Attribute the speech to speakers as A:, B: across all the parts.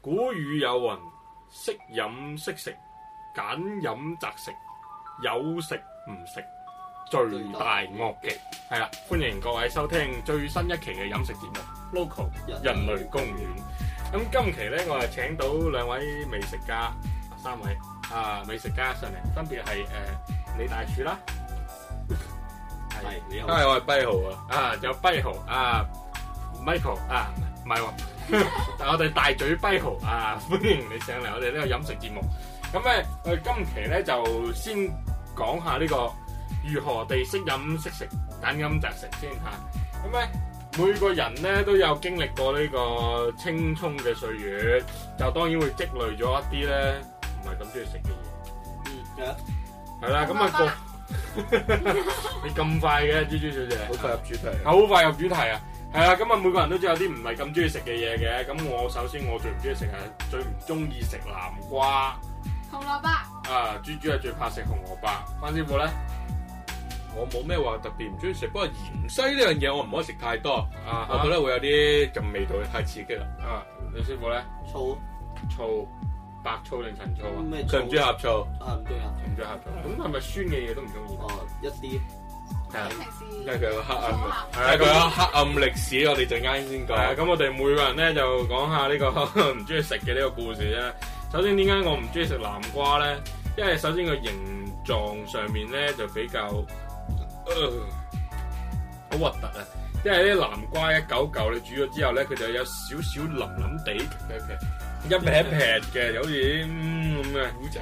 A: 古語有云：識飲識食，揀飲擇食，有食唔食，罪大惡極。係啦，歡迎各位收聽最新一期嘅飲食節目《Local 人類公園》。咁今期咧，我係請到兩位美食家，三位啊美食家上嚟，分別係誒、呃李大廚啦，
B: 係 你好，
C: 係，我係跛豪啊！
A: 啊，有跛豪啊，Michael 啊，唔係喎，但我哋大嘴跛豪啊，歡迎你上嚟我哋呢個飲食節目。咁咧，我哋今期咧就先講下呢個如何地識飲識食，揀飲擇食先嚇。咁咧，每個人咧都有經歷過呢個青葱嘅歲月，就當然會積累咗一啲咧唔係咁中意食嘅嘢。
B: 嗯，係啊，
A: 係啦，咁啊個 你咁快嘅豬豬小姐，
C: 好快入主題啊。
A: 好快入主題啊！係啦，咁啊每個人都有啲唔係咁中意食嘅嘢嘅。咁我首先我最唔中意食係最唔中意食南瓜
D: 紅蘿蔔，
A: 啊，豬豬係最怕食紅蘿蔔。關師傅咧
C: 我冇咩話特別唔中意食，不過芫茜呢樣嘢我唔可以食太多，
A: 啊，
C: 我覺得會有啲咁味道太刺激啦。
A: 啊，李師傅咧
B: 醋
A: 醋白醋定陳醋啊？
B: 咩醋
C: 佢唔中意呷醋，
B: 啊唔中意啊，
A: 唔中意合醋。咁係咪酸嘅嘢都唔中意？
B: 哦一啲
A: 係啊
D: 平時
C: 因為佢有個黑暗，
D: 講下
A: 係啊
C: 係佢有黑暗歷史，我哋陣間先
A: 係啊，
C: 講。
A: 咁我哋每個人咧就講下呢個 唔中意食嘅呢個故事啦。首先點解我唔中意食南瓜咧？因為首先個形狀上面咧就比較，呃好核突啊！因為啲南瓜一嚿嚿你煮咗之後咧，佢就有少少腍腍地一劈一劈嘅，就好似嗯咁嘅。
C: 古仔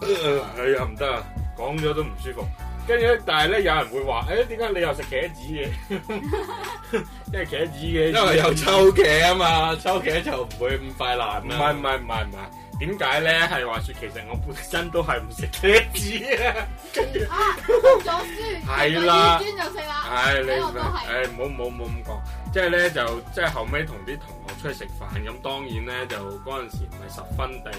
A: 呃哎呀唔得啊，講咗都唔舒服。跟住咧，但係咧有人會話：，誒點解你又食茄子嘅？ 因為茄子嘅，
C: 因為有抽茄啊嘛，抽茄就唔會咁快爛啦。
A: 唔係唔係唔係唔係，點解咧？係話説其實我本身都係唔食茄子啊！
D: 啊，讀咗書，
A: 係啦啊
D: 讀咗醫專就食啦，
A: 唉，你
D: 睇
A: 唔
D: 我都係
A: 唉，唔好唔好唔好咁講，即係咧就即係後尾同啲同學出去食飯，咁當然咧就嗰陣時唔係十分地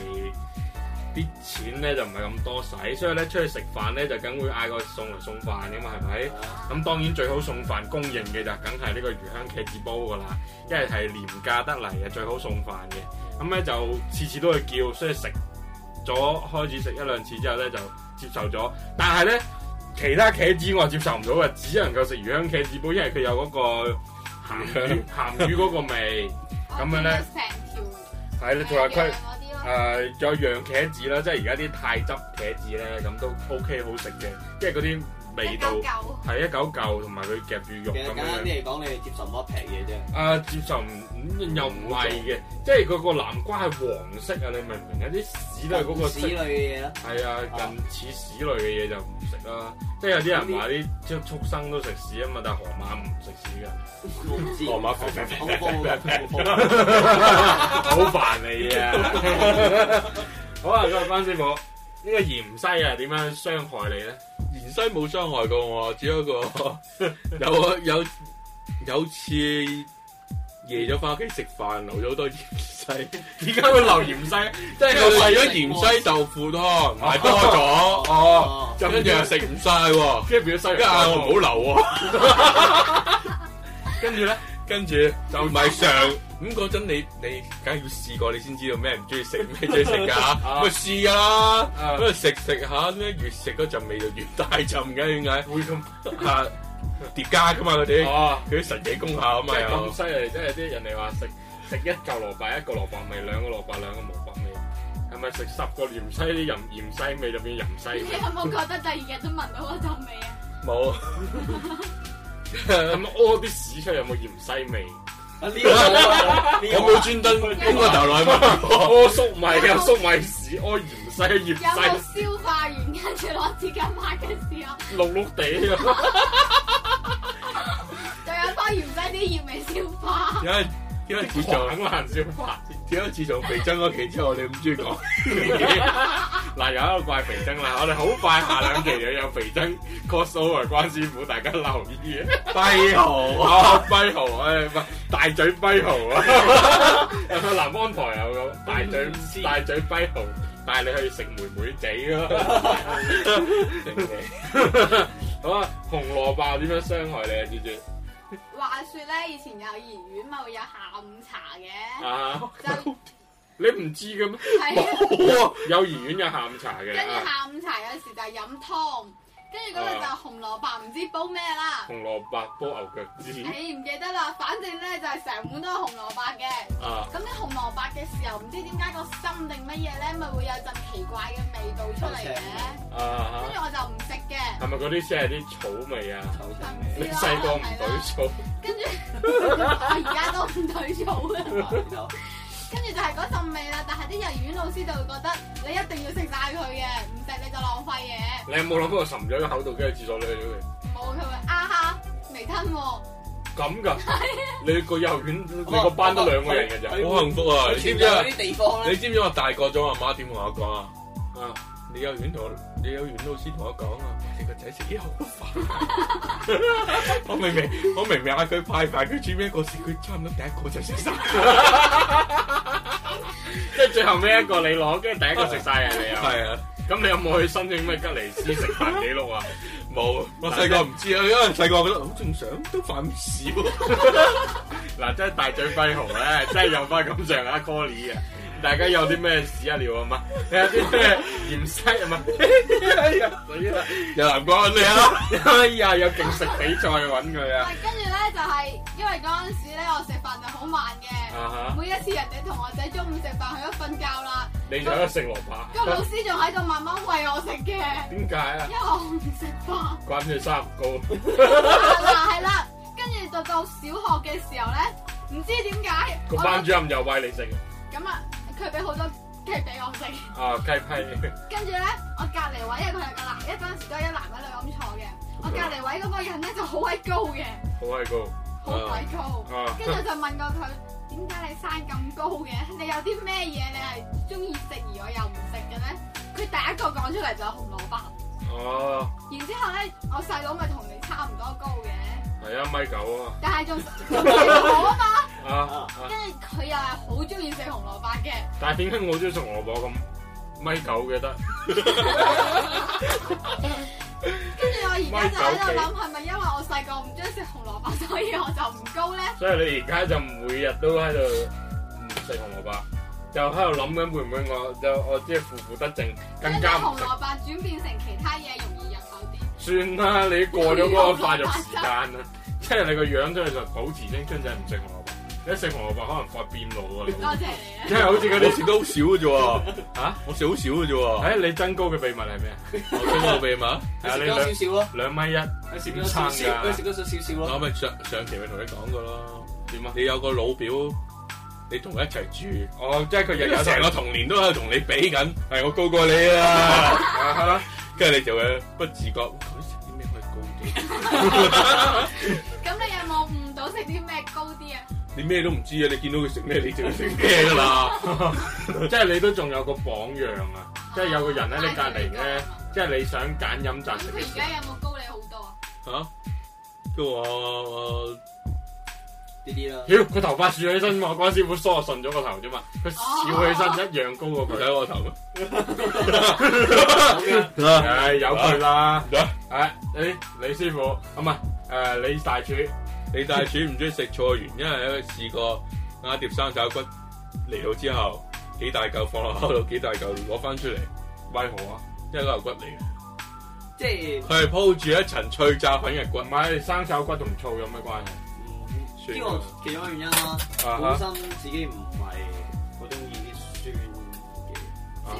A: 啲錢咧就唔係咁多使，所以咧出去食飯咧就梗會嗌個餸嚟送飯噶嘛，係咪？
B: 啊
A: 咁當然最好送飯供應嘅就梗係呢個魚香茄子煲噶啦，因為係廉價得嚟嘅，最好送飯嘅。咁咧就次次都去叫，所以食咗開始食一兩次之後咧就接受咗，但係咧其他茄子我係接受唔到嘅，只能夠食魚香茄子煲，因為佢有嗰個鹹魚鹹魚嗰個味，咁樣咧
D: 成
A: 係啦，仲
D: 條
A: 有
D: 啊
A: 佢。
D: 嗰啲
A: 誒、
D: 咯，
A: 仲有洋茄子啦，即係而家啲泰汁茄子咧，咁都 OK 好食嘅，即係嗰啲味道
D: 一嚿嚿
A: 係一嚿嚿，同埋佢夾住肉
B: 其實
A: 咁
B: 簡單
A: 樣
B: 啲。嚟講，你係接受唔到一平嘢啫。
A: 啊，接受唔嗯又唔係嘅，即係嗰個南瓜係黃色啊！你明唔明啊？啲屎都係嗰個
B: 屎
A: 色，
B: 類嘅嘢啦，
A: 係啊，近似屎類嘅嘢就唔食啦。即係有啲人話啲即係畜生都食屎啊嘛，但係河馬唔食屎㗎，
B: 我唔知。
C: 河馬肥肥
B: 恐怖嘅，恐怖。
A: 好煩你啊！好啊，咁啊，關師傅，呢個芫茜啊點樣傷害你咧？
C: 芫茜冇傷害過我，只不過 有有有次夜咗翻屋企食飯，留咗好多芫茜。
A: 點解會留芫茜？即係
C: 即係
A: 我
C: 我
A: 為
C: 為
A: 咗
C: 咗芫茜豆腐湯買多咗，
A: 哦，
B: 哦，
A: 就
C: 跟住又食唔晒喎，
A: 跟住變咗西
C: 跟住嗌啊我唔好留喎，
A: 跟住咧
C: 跟住就咪上咁嗰陣你你梗係要試過你先知道咩唔中 意食咩中意食㗎，
A: 啊
C: 咪試㗎啦，
A: 啊
C: 咁啊食食下咧越食嗰陣味就越大陣嘅 點解
A: 會咁
C: 啊疊加㗎嘛佢哋
A: 哦。
C: 佢啲神奇功效啊
A: 唔
C: 嘛
A: 係
C: 又
A: 咁。犀利，即係啲人哋話食食一嚿蘿蔔一個蘿蔔味，兩個蘿蔔兩個蘿蔔味，係咪食十個芫茜啲芫芫茜味就變芫茜
D: 你
A: 味？
D: 有冇覺得第二日都聞到嗰陣味啊？
C: 冇。
A: 係咪屙啲屎出嚟有冇芫茜味？
B: 啊呢個呢
C: 我冇專登通過頭來問過，
A: 屙粟米有粟米屎，屙芫茜芫
D: 有冇
A: 茜
D: 消化完跟住攞紙巾抹嘅時候，
A: 綠綠地啊！
D: 就有多芫茜啲葉未消 化？
C: 因為因為自從
A: 好難消化。
C: 點解自從肥憎嗰期之後，我哋唔中意講。
A: 嗱，有一個怪肥憎啦，我哋好快下兩期又有肥憎 crossover 關師傅，大家留意啊！
C: 跛豪啊！
A: 啊，跛豪，誒唔係大嘴跛豪啊！ 有個南安台有個大嘴大嘴跛 豪，帶你去食妹妹仔咯。好啊，紅蘿蔔點樣傷害你啊？豬 豬
D: 話説咧，以前幼兒園咪會有下午茶嘅，
A: 啊，
D: 就
A: 你唔知嘅咩？
D: 係啊，
C: 哇！
A: 幼兒園有下午茶嘅
D: 跟住
A: 啊，
D: 下午茶有時就係飲湯，跟住嗰度就係紅蘿蔔唔知煲咩啦，
A: 紅蘿蔔煲牛腳
D: 你
A: 趾
D: 唔記得啦，反正咧就係成碗都係紅蘿蔔嘅。
A: 啊，
D: 咁啲紅蘿蔔嘅時候，唔知點解個心定乜嘢咧，咪會有陣奇怪嘅味道出嚟嘅。
A: 啊
D: 跟
A: 嚇
D: 住我就唔食嘅，
A: 係咪嗰啲先係啲草味啊？
B: 臭青
A: 你
B: 味。
A: 細個唔懟草，
D: 跟住我而家都唔對草啦。
B: 啊
D: 跟住就係嗰陣味啦，但係啲幼兒園老師就會覺得你一定要食晒佢嘅，唔食你就浪費嘢。
A: 你有冇諗過沉咗喺口度跟住廁所攞咗佢？
D: 冇佢會啊哈未吞喎，
A: 咁㗎？你個幼兒園你個班都兩個人嘅咋？
B: 係
C: 好幸福啊！
B: 佢
C: 你知
B: 全部
C: 唔知啊
B: 嗰？啲地方
C: 你
B: 咧，
C: 知唔知我大個咗，阿媽點同我講啊？
A: 啊，
C: 你幼兒園同我，你幼兒園老師同我講啊，你個仔食嘢好煩。我明明我明明嗌佢派飯，佢煮咩個食，佢差唔多第一個就食晒。
A: 即係最後尾一個你攞，跟住第一個食晒啊你啊！
C: 係啊，
A: 咁你有冇去申請咩吉尼斯食飯記錄啊？
C: 冇。我細個唔知啊，因為細個覺得好正常，都飯唔少。
A: 嗱，真係大嘴跛豪咧，真係有翻咁上下 call 嘅。大家有啲咩屎一尿啊嘛？你有啲咩鹽西啊嘛？哎呀，死啦！
C: 又南講你啊，
A: 哎呀，有勁食比賽揾佢啊！
D: 喂跟住咧就係、因為嗰陣時咧我食飯就好慢嘅。
A: 啊
D: 每一次人哋同我仔中午食飯去咗瞓覺啦，
A: 嚇，你想食蘿
D: 個老
A: 蔔？
D: 師仲喺度慢慢餵我食嘅。
A: 點解啊？
D: 因為我唔食飯。
A: 關佢三高。
D: 嗱係啦，跟住到到小學嘅時候咧，唔知點解
A: 個班主任又喂你食
D: 我咁啊，佢俾好多雞俾我食，
A: 啊雞批，
D: 跟住咧我隔離位，因為佢係個男，一嗰陣時都係一男一女咁坐嘅，我隔離位嗰個人咧就好鬼高嘅，
A: 好閪高
D: 好鬼高，
A: 啊！
D: 跟住我就問過佢。點解你生咁高嘅？你有啲咩嘢你係中意食而我又唔食嘅咧？佢第一個講出嚟就係紅蘿蔔，
A: 哦，
D: 然之後咧我細佬咪同你差唔多高嘅，
A: 係一米九啊！
D: 但係 仲仲細我啊嘛。
A: 啊啊！
D: 跟住佢又係好中意食紅蘿蔔嘅，
A: 但係點解我中意食蘿蔔咁米九嘅得？
D: 跟住我而家就喺度諗係咪因為我細個唔中意食紅蘿蔔，所以我就唔高咧？
A: 所以你而家就每日都喺度唔食啊紅蘿蔔，就喺度諗緊會唔會我就我即係負負得正，
D: 跟
A: 更
D: 住
A: 加唔
D: 紅
A: 食。
D: 蘿蔔轉變成其他嘢容易入口啲。
A: 算啦，你過咗嗰個發育時間啦，即係你個樣都係就保持青春，就係唔食紅蘿蔔。一食紅蘿蔔可能發變老啊！
D: 多謝你啊！
A: 即係好似嗰
C: 我
A: 啲
C: 食得好少嘅啫喎。
A: 嚇，
C: 我食好少嘅啫喎。
A: 誒你增高嘅秘密係咩啊？
C: 我聽到秘密啊，
B: 你
A: 係啊，
B: 食
A: 你
B: 多少
A: 兩
B: 少咯，
A: 兩米一
B: 你食多少
A: 點撐
B: 少，
A: 㗎
B: 你食多少少少
C: 我
B: 咯。
C: 咪上上期咪同你講過咯。
A: 點啊？
C: 你有個老表，你同佢一齊住，
A: 哦，即係佢
C: 日
A: 日
C: 日
A: 有
C: 成個童年都喺度同你比緊，係我高過你啊！
A: 啊係啦，
C: 跟住你就會不自覺，佢食啲咩可以高啲？
D: 咁你有冇誤到食啲咩高啲啊？
C: 你咩都唔知啊！你見到佢食咩，你就要食咩噶啦。
A: 即係你都仲有個榜樣啊！即係有個人喺你隔離咧，即係你想揀飲擇
D: 咁
A: 食嘅
D: 佢而
A: 時
D: 家
A: 候，
D: 有冇高你好多啊？
C: 嚇、跟住我我
B: 呢啲啦，
A: 屌佢頭髮豎起身嘛，嗰陣時會梳順咗個頭啫嘛，佢豎起身一樣高過
C: 唔
A: 佢。
C: 睇我頭咩？
A: 唉、有佢啦
C: 啊，
A: 唉、你李師傅啊唔係誒李大廚，
C: 你大廚唔中意食菜嘅原因係因為試過啱碟生炒骨嚟到之後，幾大嚿放落口度，幾大嚿攞翻出嚟，
A: 為何啊？
C: 一個牛骨嚟嘅，
B: 即係
C: 佢係鋪住一層脆炸粉嘅骨
A: 唔。係生炒骨同醋有咩關
B: 呢個其中一個原因啦。
A: 係？
B: 本
A: 啊
B: 身自己唔係好中意啲酸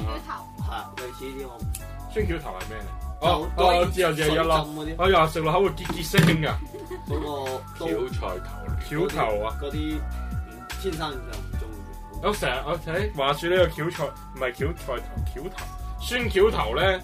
A: 哈
D: 小頭
B: 嘅，嚇類似呢啲我唔
A: 酸橋頭係咩嚟？
B: 就
A: 哦
B: 都
A: 哦，
B: 係
A: 我知我知有粒，
B: 浸嗰
A: 哎呀食落口會結結聲㗎，
B: 啲嗰個都
C: 小菜頭嚟。
A: 橋頭啊！
B: 嗰啲嗯天生就唔中意。
A: 我成日我睇話説呢個橋菜唔係橋菜頭，橋頭酸橋頭咧，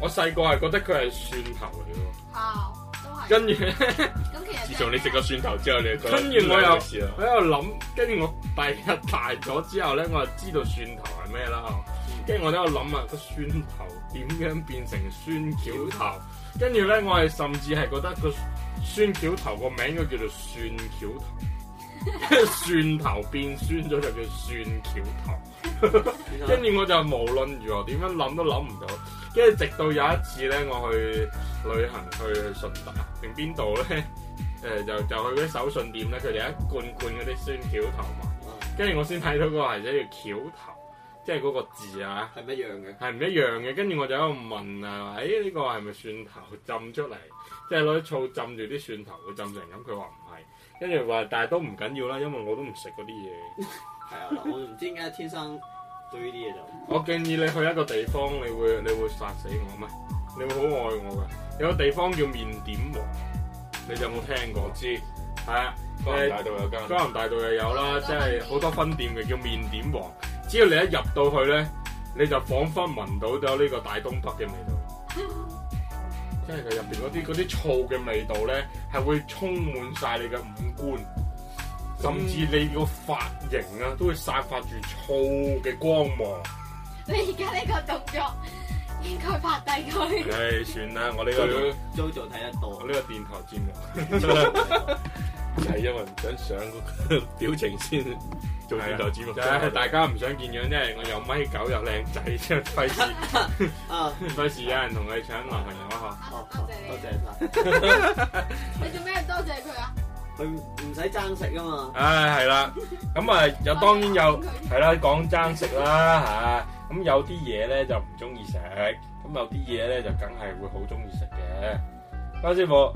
A: 我細個係覺得佢係蒜頭嚟嘅 喎，
D: 啊，都係。
A: 跟住。
D: 咁其實
C: 自從你食過蒜頭之後，你就覺得
A: 跟住我又
C: 兩回事啦
A: 我喺度諗，跟住我第日大咗之後咧，我就知道蒜頭係咩啦。哦跟住我喺度諗啊，個蒜頭點樣變成蒜橋頭？跟住咧，我係甚至係覺得個蒜橋頭個名應該叫做蒜橋頭， 蒜頭變酸咗就叫蒜橋頭。
B: 啊
A: 跟住我就無論如何點樣諗都諗唔到，跟住直到有一次咧，我去旅行去順達定邊度咧？ 誒、就就去嗰啲手哦信店咧，佢哋有一罐罐嗰啲酸橋頭嘛，跟住我先睇到個係寫住橋頭，即係嗰個字啊。
B: 係一樣嘅。
A: 係唔一樣嘅。跟住我就喺度問啊，誒、呢、個係咪蒜頭浸出嚟？即係攞啲醋浸住啲蒜頭會浸成咁？佢話唔係，跟住話但係都唔緊要啦，因為我都唔食嗰啲嘢。
B: 係啊，我唔知點解天生對呢啲嘢就
A: 我建議你去一個地方，你會你會殺死我咩？你會好愛我㗎。有個地方叫面點王，你哋有冇聽過
C: 我？知，
A: 係啊，
C: 江大道有間
A: 江南大道又有啦，即係好多分店嘅叫面點王。只要你一入到去咧，你就彷彿聞到咗呢個大東北嘅味道。因為佢入邊嗰啲嗰啲醋嘅味道咧，係會充滿晒你嘅五官，甚至你個髮型啊，都會散發住醋嘅光芒。
D: 你而家呢個動作應該拍低佢。
A: 唉、算啦，我呢、 個
C: 佢
B: JoJo 睇 得
A: 我
B: 多。
A: 呢個電台節目
C: 係因為唔想上嗰個表情先做電台節目。
A: 就係大家唔想見樣，因為我有米九又靚仔，即係費 事
B: 啊，
A: 費事有人同你搶男朋友啊！
D: 啊
B: 哦
D: 多謝
B: 多
D: 你，
B: 謝晒。
D: 你做咩多謝佢啊？
B: 佢唔使爭食啊嘛。
A: 唉，係啦，咁啊，又當然有。係啦，講爭食啦嚇，咁、有啲嘢咧就唔中意食，咁有啲嘢咧就梗係會好中意食嘅。關師傅，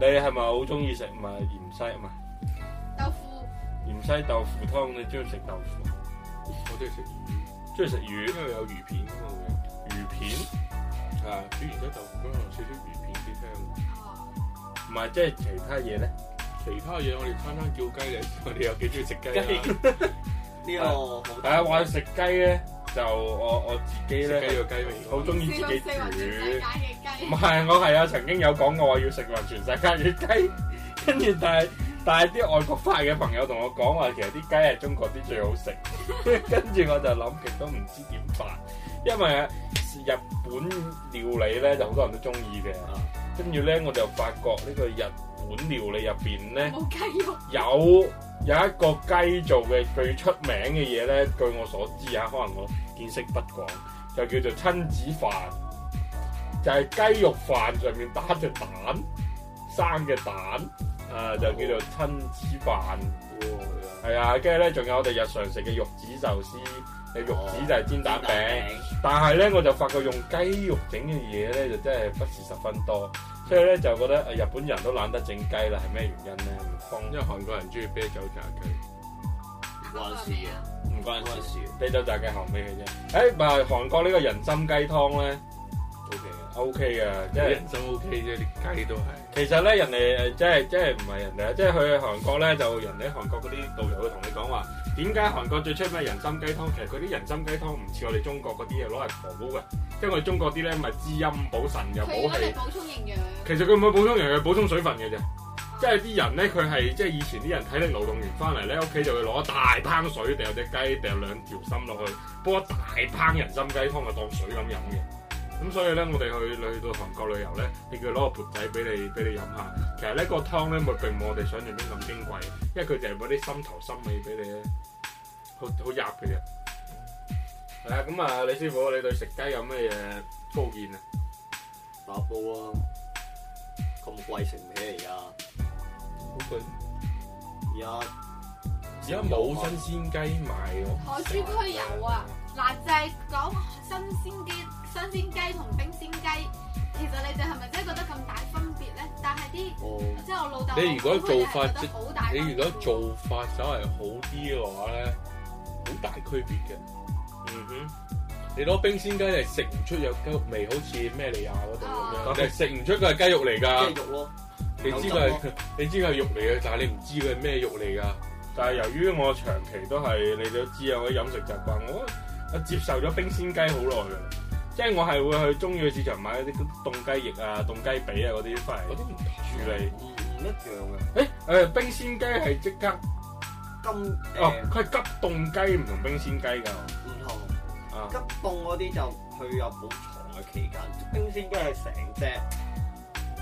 A: 你係咪好中意食咪芫茜嘛？
D: 豆腐
A: 芫茜豆腐湯，你中意食豆腐？
C: 我都要食魚，
A: 中意食魚
C: 因為有魚片啊嘛會。
A: 魚片，
C: 啊，煮完之後豆腐嗰度少少魚片先香。
D: 哦
A: 唔係即係其他嘢咧。
C: 其他嘢我哋餐餐叫雞，你我哋有幾中意食雞啊？
B: 呢個好
A: 係啊，話食雞咧，就我我自己
C: 食雞
A: 咧
C: 有雞味。
A: 好中意
D: 試
A: 自
D: 過
A: 己
D: 四環全世
A: 煮
D: 界。嘅雞
A: 唔。係，我係啊，曾經有講過話要食勻全世界嘅雞， 跟住但係但係啲外國翻嚟嘅朋友同我講話，其實啲雞係中國啲最好食， 跟住我就諗極都唔知點辦，因為啊日本料理咧就好多人都中意嘅，
B: 啊
A: 跟住咧我就發覺呢個日本料理入邊咧
D: 冇雞肉，
A: 有有一個雞做嘅最出名嘅嘢咧，據我所知啊，可能我見識不廣，就叫做親子飯，就係、雞肉飯上面打隻蛋，生嘅蛋，啊、就叫做親子飯，係啊，跟住咧仲有我哋日常食嘅玉子壽司，你玉子就係煎蛋餅。但係咧，我就發覺用雞肉整嘅嘢咧，就真係不是十分多，所以咧就覺得誒哎日本人都懶得整雞啦，係咩原因咧？唔通
C: 因為韓國人中意啤酒炸雞，
B: 關事啊，
A: 唔關
B: 關事。
A: 啤酒炸雞後尾嘅啫。誒、唔係韓國呢個人參雞湯咧
C: O K 嘅，
A: OK à, 嘅，即
C: 啲
A: 係
C: 人生 O K 啫，啲雞都係。
A: 其實咧人哋誒即係即係唔係人哋啊，即係去韓國咧就人哋韓國嗰啲導遊會同你講話，點解韓國最出名人參雞湯？其實佢啲人參雞湯唔似我哋中國嗰啲嘢攞嚟補嘅，即係我哋中國啲咧咪滋陰補腎又
D: 佢要
A: 補
D: 攞
A: 氣
D: 嚟。補充營養。
A: 其實佢唔係補充人，佢係補充水分嘅啫。即係啲人咧，佢係即係以前啲人體力勞動完翻嚟咧，屋企就會攞一大烹水，掉隻雞，掉兩條心落去，煲一大烹人參雞湯，就當水咁飲嘅。咁所以咧，我哋去去到韓國旅遊咧，你叫佢攞個缽仔俾你俾你飲下。其實呢個湯咧，咪並冇我哋想象中咁矜貴，因為佢就係嗰啲心頭心尾俾你咧，好好入嘅啫。係啊，咁啊，李師傅，你對食雞有咩嘢高見啊？
B: 打煲啊，咁貴食唔起而家，啊而家
C: 而家冇新鮮雞賣咯。
D: 海珠區有啊，嗱就係講新鮮雞、新鮮雞同冰鮮雞，其實你哋係咪真係覺得咁大分別咧？但係啲
B: 我
D: 即係我老豆，
C: 你如果做法即
D: 好大分別
C: 你
D: 喎，
C: 如果做法稍為好啲嘅話咧，好大區別嘅。
A: 嗯哼。
C: 你攞冰鮮雞係食唔出有雞肉味，好似咩利亞嗰度咁
A: 哦
C: 樣，你係食唔出佢係雞肉
A: 啊
C: 嚟
B: 雞
C: 㗎。
B: 肉咯，
C: 你知佢係你知佢係肉嚟嘅，但係你唔知佢係咩肉嚟㗎。
A: 但係由於我長期都係你都知啊，我啲飲食習慣，我我接受咗冰鮮雞好耐㗎啦，即係我係會去中意市場買啲凍雞翼啊、凍雞髀啊嗰啲翻
C: 嗰
A: 嚟
C: 啲唔
A: 處理。
B: 嗯唔唔一樣嘅。啊
A: 誒誒、冰鮮雞係即刻
B: 金
A: 哦
B: 誒，
A: 佢係急凍雞唔同冰鮮雞㗎。
B: 唔同
A: 啊
B: 急凍嗰啲就去有保藏嘅期間，冰鮮雞係成隻。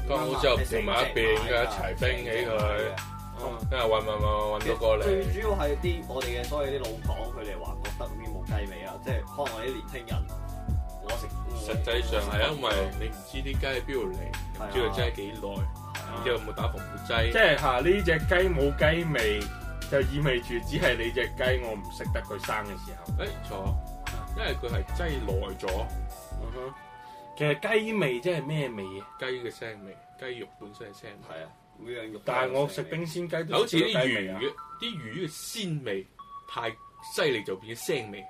C: 咁之後同埋一邊嘅一齊冰起佢，
A: 啊
C: 跟住混混混混到過
B: 最
C: 嚟。
B: 主要係啲我哋嘅所謂啲老港，佢哋話覺得呢冇雞味啊，即係可能我啲年輕人，我食
C: 實際上係因為你唔知啲雞喺邊度嚟，唔知佢擠幾耐，唔知有冇打防腐劑
A: 啊即。係嚇呢只雞冇雞味，就意味住只係你只雞我唔識得佢生嘅時候。
C: 哎誒錯，因為佢係擠耐咗嗯
A: 其實雞味即係咩味啊？
C: 雞嘅腥味，雞肉本身嘅腥味，
B: 係啊，每樣肉都有腥味。
A: 但係我食冰鮮雞都
C: 好似啲
A: 食到雞味
C: 魚
A: 啊！
C: 嘅啲魚嘅鮮味太犀利就變咗腥味，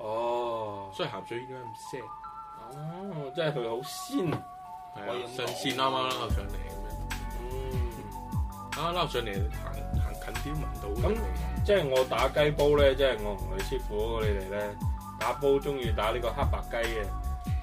A: 哦，
C: 所以鹹水應該咁腥。
A: 哦，即係佢好鮮。
C: 係
B: 可以
C: 啊，
B: 咁講
C: 新鮮啱啱撈上嚟咁樣，
A: 嗯，
C: 啱啱撈上嚟行行近啲聞到
A: 咁
C: 嘅味。
A: 即係我打雞煲咧，即係我同你師傅你哋咧打煲中意打呢個黑白雞嘅，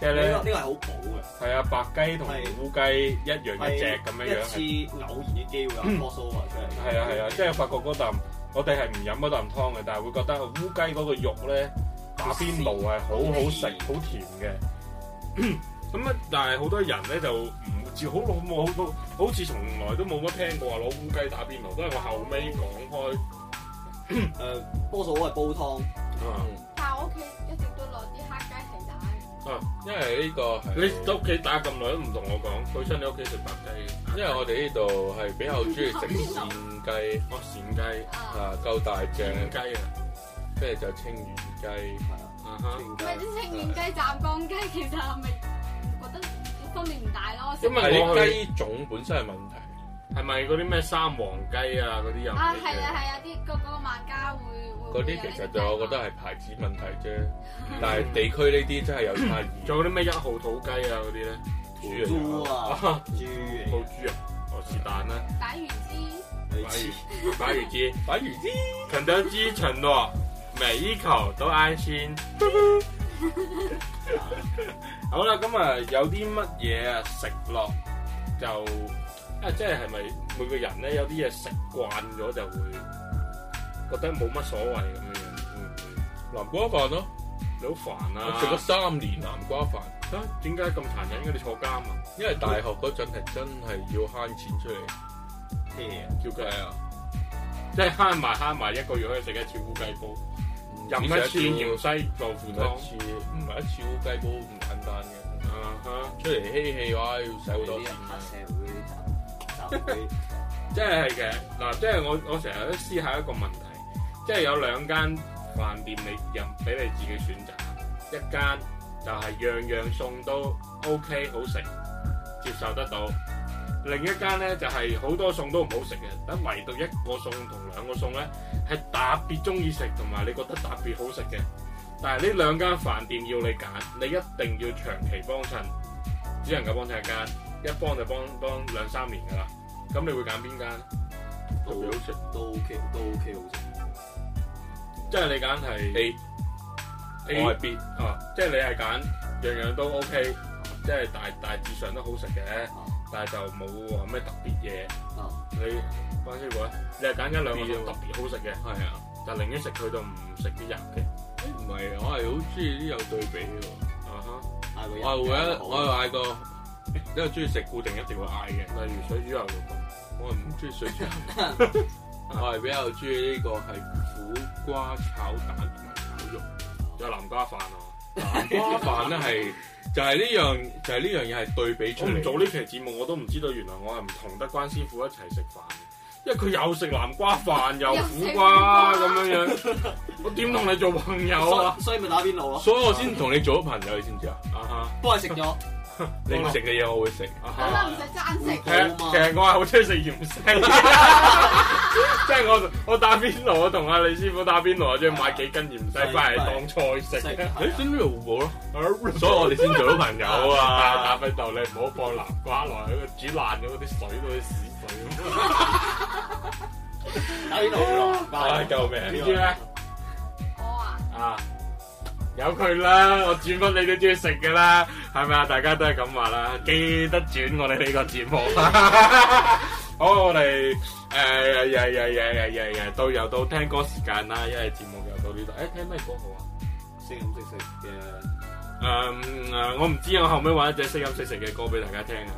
A: 即係
B: 呢個
A: 咧
B: 呢個係好補嘅。
A: 係啊白雞同
B: 係
A: 烏雞一樣一隻咁樣樣係
B: 一次偶然嘅機會有 crossover 出嚟。
A: 係啊係啊，即係發覺嗰啖我哋係唔飲嗰啖湯嘅，但係會覺得哦烏雞嗰個肉咧打邊爐係好好食、好甜嘅。 咁啊，但係好多人咧就唔知好耐冇好好似從來都冇乜聽過話攞烏雞打邊爐，都係我後尾講
B: 誒，多數我係煲湯，
A: 開啊。
D: 但係我屋企一直都攞啲黑雞皮蛋，
A: 啊
C: 因為呢個係
A: 你喺屋企打咁耐都唔同我講，去親你屋企食白雞，
C: 因為我哋呢度係比較中意食扇雞
A: 我哦鱔雞、
D: 啊，
C: 啊，夠大隻，
A: 鱔雞啊，
C: 跟住就清遠雞。
B: 係啊，
A: 啊哈，
B: 清
D: 唔係
B: 雞
D: 啲清遠雞、湛江雞，其實係咪覺得分別唔大咯？
A: 因為
C: 係
A: 啊我去
C: 啲雞種本身係問題，
A: 係咪嗰啲咩三黃雞啊嗰啲又唔
D: 啊，
A: 理
D: 係啊
A: 嘅
D: 係啊，啲嗰嗰個萬家會會
C: 嗰啲其實就我覺得
D: 係
C: 係牌子問題啫。但係地區呢啲真係有差異。
A: 仲有啲咩一號土雞啊嗰啲咧，
C: 豬
B: 豬
C: 啊
B: 啊，
A: 啊
B: 豬
A: 土
B: 嚟嘅
A: 豬啊，哦是但啦，
D: 打魚枝，
B: 類似
A: 打魚機，
C: 反而啲
A: 肯德基承諾每一口都安心。 好啦，咁啊有啲乜嘢啊食落就啊，即係係咪每個人咧有啲嘢食慣咗就會覺得冇乜所謂咁樣樣？嗯
C: 南瓜飯咯，
A: 你好煩
C: 我食咗
A: 啊！
C: 三年南瓜飯，
A: 啊點解咁殘忍嘅？你坐監啊？
C: 因為大學嗰陣係真係要慳錢出嚟。
B: 嘢，
A: 叫佢
C: 係啊，
A: 即係慳埋慳埋一個月可以食一次烏雞煲，飲一次芫西豆
C: 唔
A: 腐
C: 係
A: 湯
C: 一。次，
A: 嗯
C: 唔係一次烏雞煲咁簡單嘅。
A: 啊哈
C: 出嚟嬉戲嘅話，要使好
B: 有
C: 多
B: 啲
C: 錢
B: 人。黑社會集集會，
A: 即係嘅嗱，即係我我成日都思考一個問題，即係有兩間飯店你任俾你自己選擇，一間就係樣樣餸都 OK 好食，接受得到；另一間咧就係、好多餸都唔好食嘅，但唯獨一個餸同兩個餸咧係特別中意食，同埋你覺得特別好食嘅。但係呢兩間飯店要你揀，你一定要長期幫襯，只能夠幫襯一間，一幫就幫幫兩三年㗎啦。咁你會揀邊間？特別好食，
B: 都 OK，都 OK 好食。
A: 即係你揀係
C: A，
A: A
C: 我係 B，
A: 啊，即係你係揀樣樣都 OK，即係大大致上都好食嘅，
C: 啊
A: 但係就冇話咩特別嘢。
B: 啊，
A: 你關師傅咧，你係揀一兩個
C: B 啊
A: 餸
C: 嘛
A: 特別好食嘅，
C: 係啊。
A: 但寧願食佢就唔食啲油嘅。
C: 誒唔係，啊我係好中意啲有對比嘅喎。
A: 啊哈，
B: 嗌個人
C: 我係會一
B: 好
C: 我係嗌個，因為中意食固定一定會嗌嘅。
A: 例如水煮牛肉咁。
C: 我係唔中意水煮牛肉我係比較中意呢個係苦瓜炒蛋同埋炒 肉。
A: 有南瓜飯啊！
C: 南瓜飯咧係就係呢樣就係呢樣嘢係對比出
A: 我唔
C: 嚟。
A: 做呢期節目，我都唔知道原來我係唔同得關師傅一齊食飯嘅，因為佢又食南瓜飯又
D: 又
A: 苦
D: 食
A: 瓜
D: 苦
A: 咁
D: 瓜
A: 樣樣，我點同你做朋友
B: 所
A: 啊？
B: 以所以咪打邊爐咯。
C: 所以我先同你做咗朋友，你知唔知啊？
A: 啊哈！
B: 幫你食咗，
C: 你唔食嘅嘢我會食。
A: 啊
D: 咁
A: 哈！
D: 啊唔使爭食
A: 其。實其實我係好中意食芫荽，即係我我打邊爐，我同阿李師傅打邊爐，我仲要買幾斤芫荽翻嚟當菜食。
B: 食
C: 你知唔知胡寶咯？
A: 所
C: 啊所以我哋先做咗朋友
A: 啊，
C: 啊！
A: 打邊爐你唔好放南瓜落去，佢煮爛咗嗰啲水都啲屎水咁。
B: 打邊爐咯，
A: 唉，
B: 拜
A: 救命！
B: 拜
A: 你知咩？
C: 嗯
D: 我啊，
A: 啊，由佢啦，我轉乜你都中意食噶啦，係咪啊？大家都係咁話啦，記得轉我哋呢個節目。好，我哋誒呀呀呀呀呀呀，到又到聽歌時間啦，因為節目又到呢度。誒、聽咩歌好啊？
B: 識飲識食
A: 誒、
B: 嘅
A: 誒我唔知啊，我後尾玩一隻識飲識食嘅歌俾大家聽啊。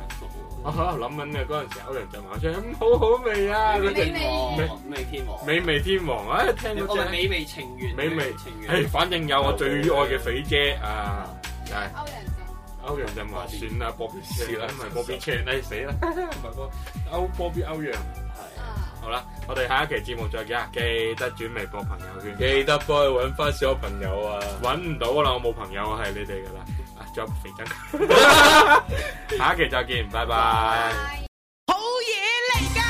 A: 我
B: 服
A: 諗緊嘅嗰陣時，歐陽震華唱咁嗯好好味啊！
B: 務，
A: 嗰隻
D: 美味
B: 王美天王，
A: 美味天王啊，聽
B: 我
A: 到
B: 咪
A: 啫。
B: 美味情緣，
A: 美味
B: 情
A: 誒，
B: 緣，
A: 反正有我最愛嘅肥姐啊，就係。
D: 歐陽
A: 歐陽
D: 震
A: 就話算啦，波比
C: 是啦
A: 唔係波比車，哎死啦，唔係波歐波比歐陽
B: 係
D: 啊，
A: 啊，好啦，我哋下一期節目再見啊！記得轉微博朋友圈，
C: 記得幫佢揾翻小朋友啊！
A: 揾唔到啦，我冇朋友係你哋噶啦。啊，仲有肥仔， 下一期再見，拜拜。
D: 拜。
E: 好嘢嚟噶！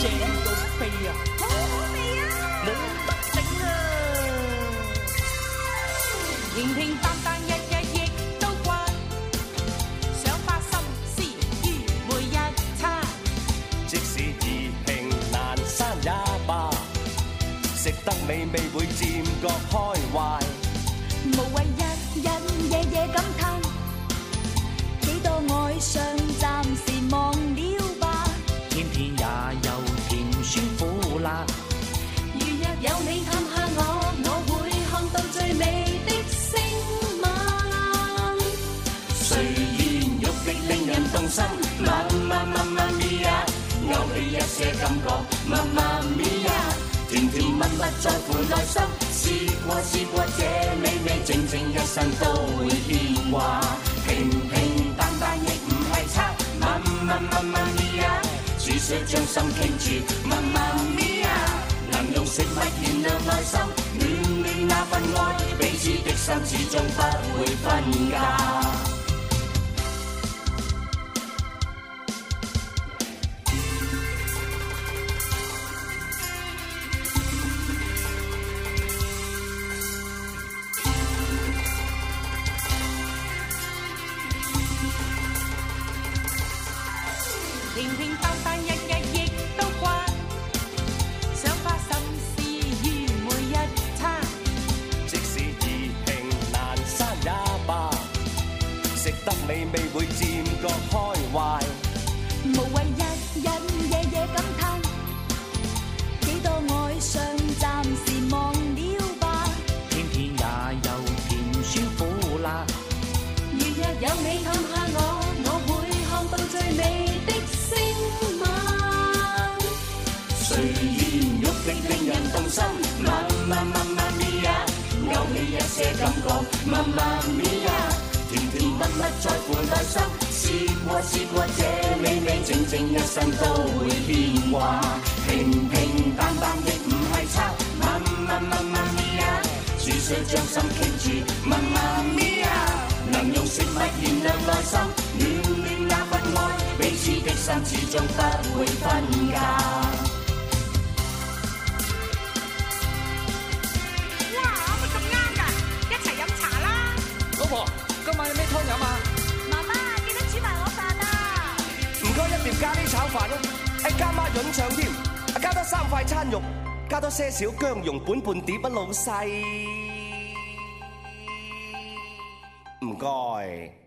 E: 正到飛啊！好好味啊！冇得頂啊！平平淡淡日日亦都慣，想花心思於每一餐。
F: 即使易平難生也罷，食得美味會漸覺開懷。
G: 無謂日日夜夜感嘆，幾多愛上暫時忘了吧。
F: 偏偏也有甜酸苦辣，
G: 如若有你探下我，我會看到最美的星晚。
F: 誰願欲滴令人動心？媽媽媽媽咪呀，勾起一些感覺，媽媽咪呀，甜甜蜜蜜在乎內心。試過試過這美味，整整一生都會牽掛。平平淡淡亦唔係差，媽媽媽媽咪呀，只需將心傾注，媽媽咪呀，能用食物燃亮內心，暖暖那份愛，彼此的心始終不會分家。
E: 平平淡淡日日亦都慣，想花心思於每一餐。
F: 即使易平難生也罷，食得美味會漸覺開懷。
G: 無謂日日夜夜感嘆，幾多愛上暫時忘了吧。
F: 偏偏也有甜酸苦辣，
G: 如若有你探下我，我會看到最美的星晚。
F: 誰願欲滴令人動心？媽媽媽媽咪呀，勾起一些感覺，媽媽咪呀，甜甜蜜蜜在乎內心。試過試過這美味，整整一生都會牽掛。平平淡淡亦唔係差，媽媽媽媽咪呀，只需將心傾注，媽媽咪呀，能用食物燃亮內心，暖暖那份愛，彼此的心始終不會分家。
E: 哇，乜咁啱㗎？一齊飲茶啦！
F: 老婆，今晚有咩湯飲啊？
G: 媽媽記得煮埋我飯啊！
F: 唔該一碟咖喱炒飯啦，誒加孖潤腸添，加多三塊餐肉，加多些少薑蓉本半碟啊，老細。唔該。